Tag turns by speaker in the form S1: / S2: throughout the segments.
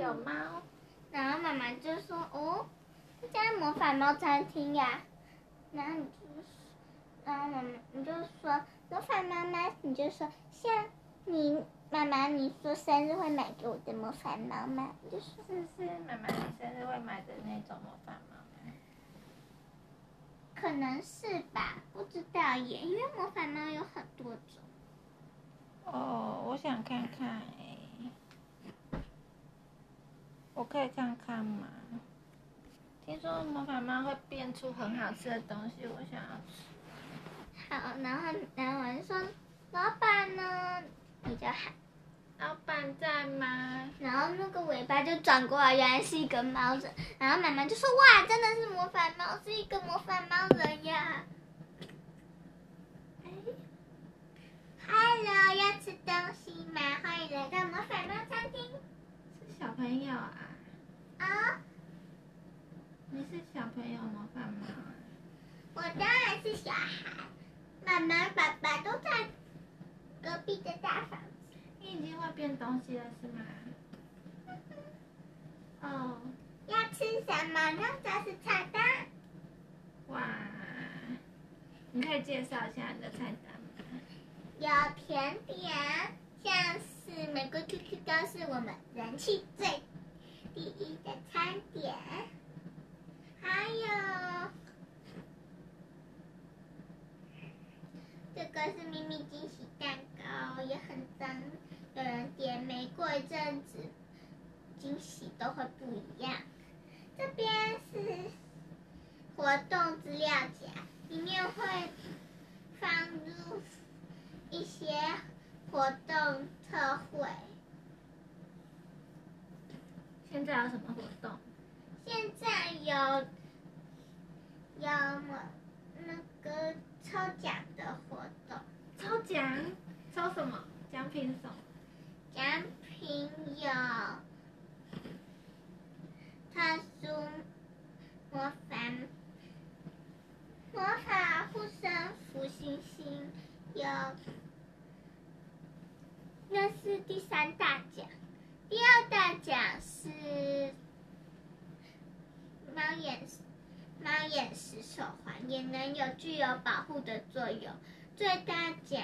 S1: 有猫，
S2: 然后妈妈就说：“哦，这家魔法猫餐厅呀。”然后你就，然后妈妈你就说：“魔法妈妈，你就说像你妈妈，你说生日会买给我的魔法猫吗？”我就说
S1: 是是妈妈你生日会买的那种魔法猫吗？：“
S2: 可能是吧，不知道耶，因为魔法猫有很多种。”
S1: 哦，我想看看哎、我可以这样看吗？听说魔法猫会变出很好吃的东西，我想要吃。
S2: 好，然后然后我就说：“老板呢？”你就喊。
S1: 老板在吗？
S2: 然后那个尾巴就转过来，原来是一个猫人。然后妈妈就说：“哇，真的是魔法猫，是一个魔法猫人呀！”哎，Hello，要吃东西吗？欢迎来到魔法猫餐厅
S1: 是小朋友啊？
S2: 哦！
S1: 你是小朋友魔法猫啊？
S2: 我当然是小孩，妈妈、爸爸都在隔壁的大房子。
S1: 你已经会变东西了是吗？哦，
S2: 要吃什么呢？这是菜单。
S1: 哇！你可以介绍一下你的菜单吗？
S2: 有甜点，像是玫瑰 QQ 糕是我们人气最第一的餐点，还有这个是秘密惊喜蛋糕，也很脏，有人点玫瑰一阵子，惊喜都会不一样。这边是活动资料夹，里面会放入一些活动特惠。
S1: 现在有什么活动？
S2: 现在有有么那个抽奖的活动，
S1: 抽奖？抽什么？奖品什么？
S2: 奖品有特殊魔法魔法护身符星星，有那是第三大奖，第二大奖是猫眼猫眼石手环，也能有具有保护的作用。最大奖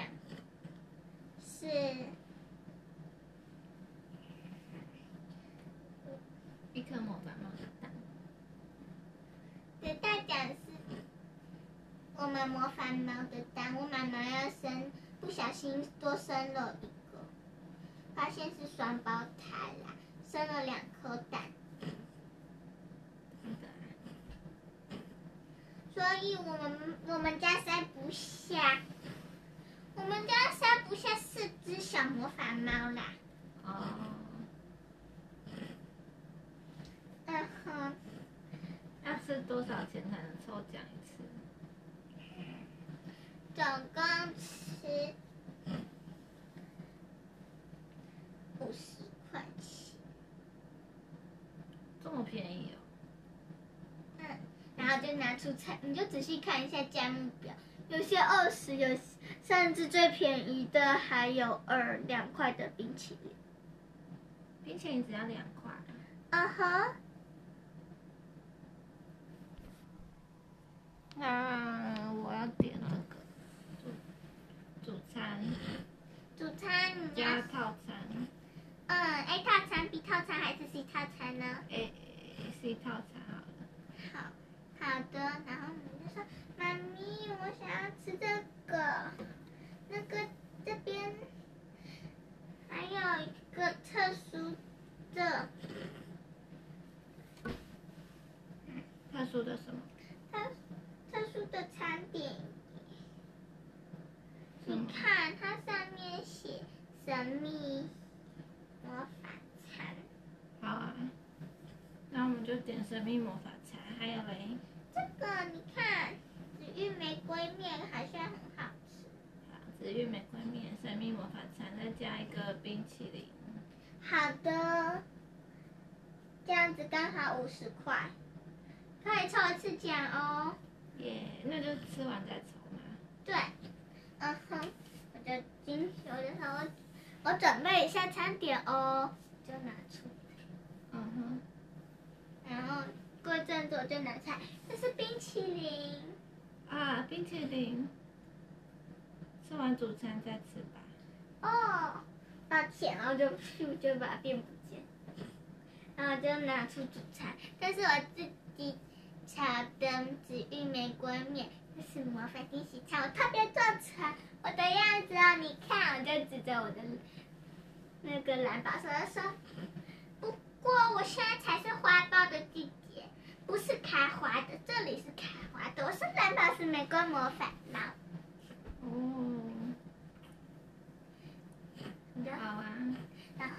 S2: 是
S1: 一颗魔法猫蛋。
S2: 最大奖是我们魔法猫的蛋，我妈妈要生，不小心多生了一个，发现是双胞胎啦，生了两颗蛋。
S1: 好的啊。
S2: 所以我们我们家塞不下，我们家塞不下四只小魔法猫啦。
S1: 哦，
S2: 嗯哼，
S1: 要吃多少钱才能抽奖一次？
S2: 总共吃五十块钱，
S1: 这么便宜哦？
S2: 然后就拿出菜，你就仔细看一下价目表，有些二十，有些甚至最便宜的还有二两块的冰淇淋。
S1: 冰淇淋只要两块。
S2: 嗯哼，
S1: 那我要点那个主主餐
S2: 主餐你要
S1: 加套餐
S2: 嗯 A 套餐、B 套餐还是 C 套餐呢？
S1: ，A C 套餐好了。
S2: 好好的，然后我们就说：“妈咪，我想要吃这个，那个这边还有一个特殊的
S1: 他说的什么？
S2: 特特殊的餐点，
S1: 什
S2: 你
S1: 么？
S2: 看它上面写神秘魔法餐，
S1: 好啊，那我们就点神秘魔法茶，还有嘞，
S2: 这个你看紫玉玫瑰面好像很好吃，
S1: 好啊紫玉玫瑰面、神秘魔法茶，再加一个冰淇淋。
S2: 好的，这样子刚好五十块，可以抽一次奖哦。
S1: 耶、那就吃完再抽嘛。
S2: 对，嗯哼，我就今我就说我我准备一下餐点哦，就拿出。
S1: 哦，嗯哼，
S2: 然后过一阵子我就拿出来，这是冰淇淋。
S1: 啊，冰淇淋，吃完主餐再吃吧。
S2: 哦，抱歉，然后就咻就把它变不见，然后就拿出主餐，这是我自己炒的紫玉玫瑰面，这是模范惊喜餐，我特别做出来我的样子哦，你看，我就指着我的那个蓝宝石说，不过我现在才是花苞的季节，不是开花的，这里是开花的，我是蓝宝石玫瑰魔法猫，
S1: 哦，
S2: 你知道
S1: 好啊。
S2: 然后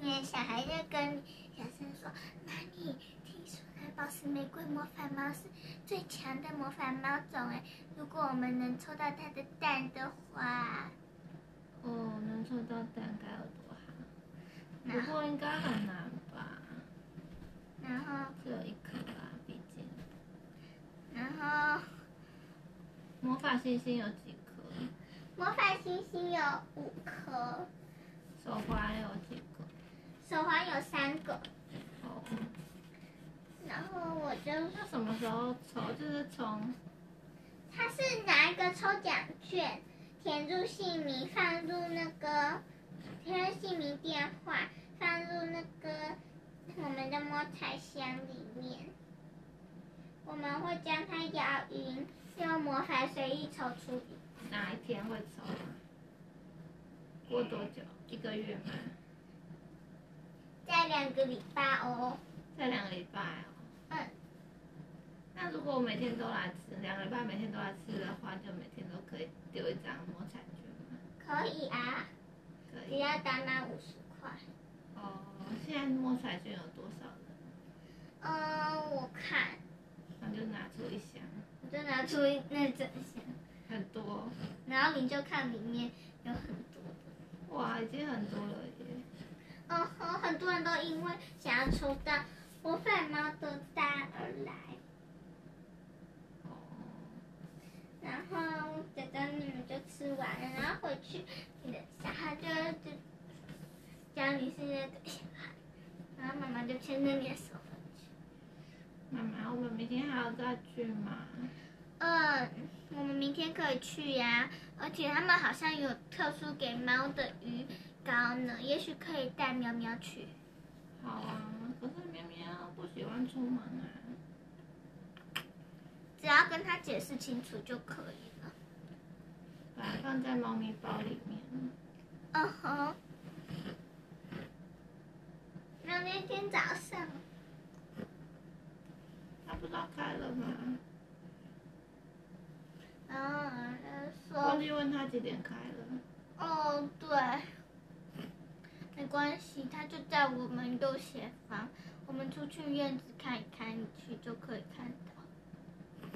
S2: 那个小孩就跟小声说：“妈咪，听说蓝宝石玫瑰魔法猫是最强的魔法猫种哎，如果我们能抽到它的蛋的话，
S1: 哦，能抽到蛋该有多好。
S2: 然
S1: 不
S2: 后
S1: 过应该很难吧？
S2: 然后
S1: 只有一颗吧，毕竟。
S2: 然后
S1: 魔法星星有几颗？
S2: 魔法星星有五颗，
S1: 手环有几个？
S2: 手环有三个。
S1: 哦，
S2: 然后我就
S1: 那什么时候抽？就是从
S2: 他是拿一个抽奖券，填入姓名，放入那个填入姓名电话，放入那个我们的摸彩箱里面。我们会将它摇匀，用魔法随意抽出。
S1: 哪一天会抽啊？过多久？一个月吗？
S2: 在两个礼拜哦，
S1: 在两个礼拜哦。
S2: 嗯。
S1: 那如果我每天都来吃，两个礼拜每天都来吃的话，就每天都可以丢一张摸彩券吗？
S2: 可以啊，
S1: 可
S2: 只
S1: 以。
S2: 要打满五十块。
S1: 哦，现在摸彩券有多少人？
S2: 嗯，我看
S1: 那就拿出一箱，
S2: 我就拿出一那整箱，
S1: 很多，
S2: 然后你就看里面有很多。
S1: 哇，已经很多了耶。
S2: 嗯哼，很多人都因为想要抽到魔法猫的蛋而来。
S1: 哦，
S2: 然后等到你们就吃完了，然后回去，嗯你的小孩就就讲你是那个小孩，然后妈嗯妈就牵着你的手回去。
S1: 妈妈，我们明天还要再去吗？
S2: 嗯，我们明天可以去呀、而且他们好像有特殊给猫的鱼糕呢，也许可以带喵喵去。
S1: 好啊，可是喵喵不喜欢出门啊。
S2: 只要跟他解释清楚就可以了。
S1: 把它放在猫咪包里面。
S2: 嗯哼。那那天早上，
S1: 它不知道开了吗？
S2: 然后我
S1: 忘
S2: 就说，
S1: 记问它几点开了。
S2: 哦，对，没关系，它就在我们右前方，我们出去院子看一看，你去就可以看到。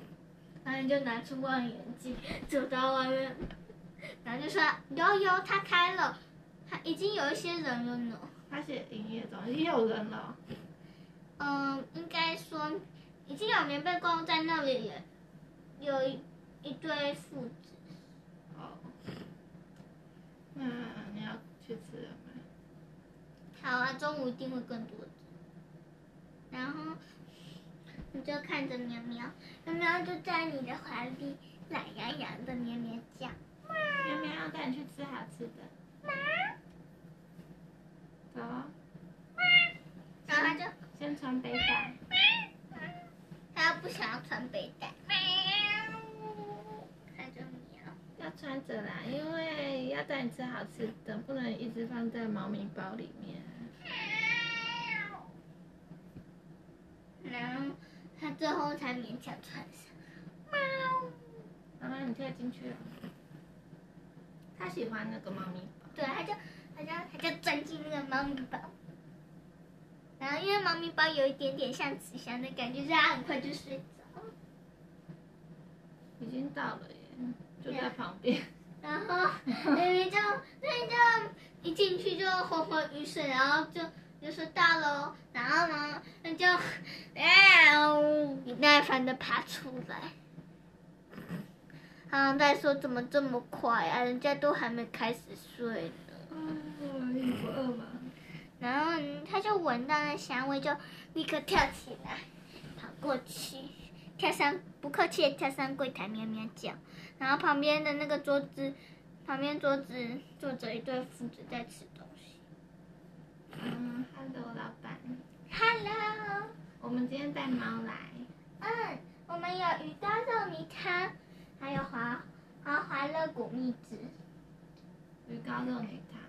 S2: 然后你就拿出望远镜，走到外面，然后就说有有，它开了，它已经有一些人了呢。
S1: 它写营业中，也有人了。
S2: 嗯，应该说已经有棉被公在那里了，有一一对父子。
S1: 哦。那你要去吃了吗？
S2: 好啊，中午一定会更多的。然后你就看着喵喵，喵喵就在你的怀里懒洋洋的咩咩叫。
S1: 喵喵要带你去吃好吃的。走，
S2: 然后它就
S1: 先穿背带。
S2: 它又不想要穿背带，喵，它就喵。
S1: 要穿着啦，因为要带你吃好吃的，不能一直放在猫咪包里面。
S2: 然后它最后才勉强穿上。喵，
S1: 妈妈，你跳进去了。它喜欢那个猫咪包。
S2: 对，它就它就它就钻进那个猫咪包。然后因为猫咪包有一点点像纸箱的感觉，所以它很快就睡着。
S1: 已经到了耶，就在旁 边。
S2: 然后妹妹就妹妹就一进去就昏昏欲睡，然后就就说到喽，哦然后呢，那就哎哦不耐烦的爬出来，然后再说怎么这么快啊，人家都还没开始睡呢。
S1: 哎啊，你不饿吗？
S2: 然后他就就闻到那香味，就立刻跳起来，跑过去，跳上不客气的跳上柜台，喵喵叫。然后旁边的那个桌子，旁边桌子坐着一对父子在吃东西。
S1: 嗯，Hello，老板，
S2: Hello，
S1: 我们今天带猫来，
S2: 嗯，我们有鱼刀肉泥汤，还有华豪华乐谷蜜汁
S1: 鱼糕肉泥汤。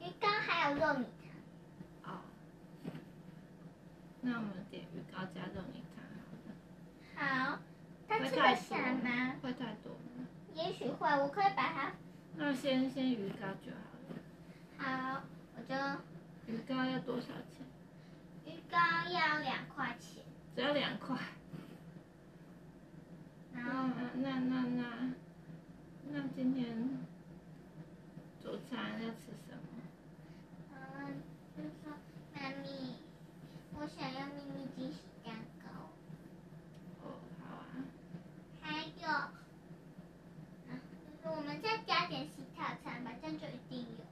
S2: 鱼糕，还有肉泥汤。
S1: 哦，那我们点鱼糕加肉泥汤好
S2: 好，它
S1: 了。会
S2: 吃得
S1: 太多
S2: 下吗？？
S1: 会太多吗？
S2: 也许会，我可以把它
S1: 那先先鱼糕就好了。
S2: 好，我就
S1: 鱼糕要多少钱？
S2: 鱼糕要两块钱，
S1: 只要两块。
S2: 然后
S1: 那那那那那今天主餐要吃什么？
S2: 嗯，就说妈咪，我想要秘密惊喜蛋糕，
S1: 哦，好啊。
S2: 还有，啊，就是我们再加点西套餐吧，这样就一定有。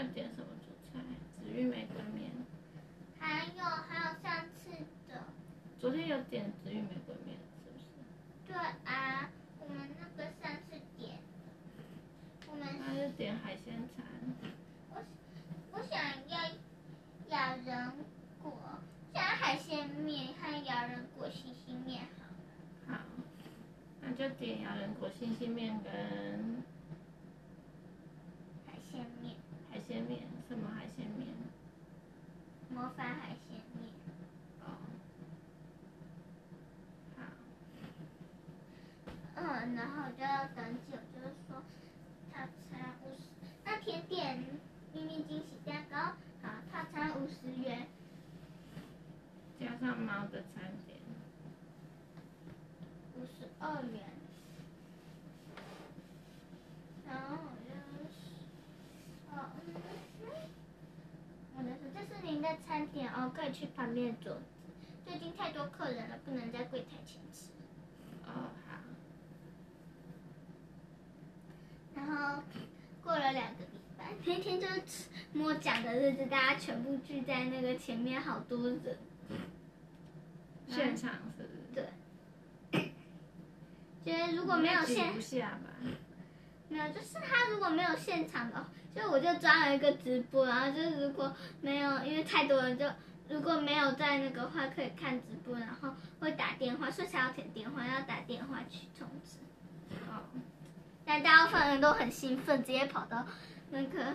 S1: 要点什么主菜？紫玉玫瑰面。
S2: 还有还有上次的，
S1: 昨天有点紫玉玫瑰面，是不是？
S2: 对啊，我们那个上次点的，我们
S1: 那就点海鲜餐。
S2: 我想要咬人果，想要海鲜面和咬人果西西面好。
S1: 好，那就点咬人果星星面跟
S2: 海鲜面，
S1: 海鲜面，什么海鲜面？
S2: 模仿海鲜面。
S1: 哦，好，
S2: 嗯，然后我就要等久，就是说套餐五十，那甜点秘密惊喜蛋糕，好，套餐五十元，
S1: 加上猫的餐点，
S2: 五十二元。然后我就说，嗯，我就说这是您的餐点哦，可以去旁边的桌子。最近太多客人了，不能在柜台前吃。
S1: 哦，好，
S2: 然后过了两个礼拜，那天就是吃摸奖的日子，大家全部聚在那个前面，好多人。
S1: 现场是不是？
S2: 对觉得如果没有
S1: 应该
S2: 现
S1: 挤不下吧？
S2: 没有，就是他如果没有现场的话，所以我就抓了一个直播，然后就是如果没有，因为太多人就如果没有在那个话可以看直播，然后会打电话，所以才要填电话，要打电话去通知。
S1: 哦，
S2: 但大部分人都很兴奋，直接跑到那个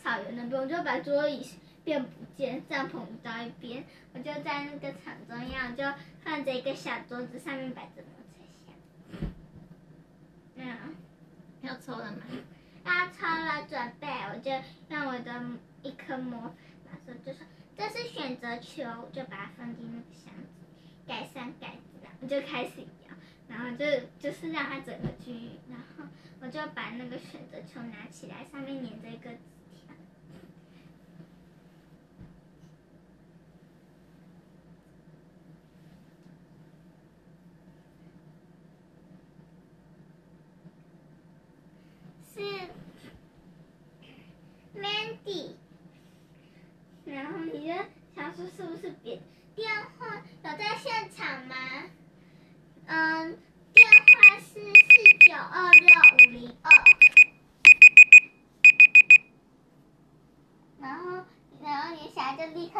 S2: 草原那边，我就把桌椅变不见，帐篷移到一边，我就在那个场中央，我就放着一个小桌子，上面摆着摩擦箱。嗯，
S1: 要抽了吗？
S2: 大家超了准备，我就让我的一颗魔法说，就说这是选择球，我就把它放进那个箱子，盖上盖子，然后我就开始摇，然后就就是让它整个均匀，然后我就把那个选择球拿起来，上面粘着一个纸条，是 Mandy，然后你就想说是不是别电话有在现场吗？嗯，电话是四九二六五零二。然后，然后你想就立刻。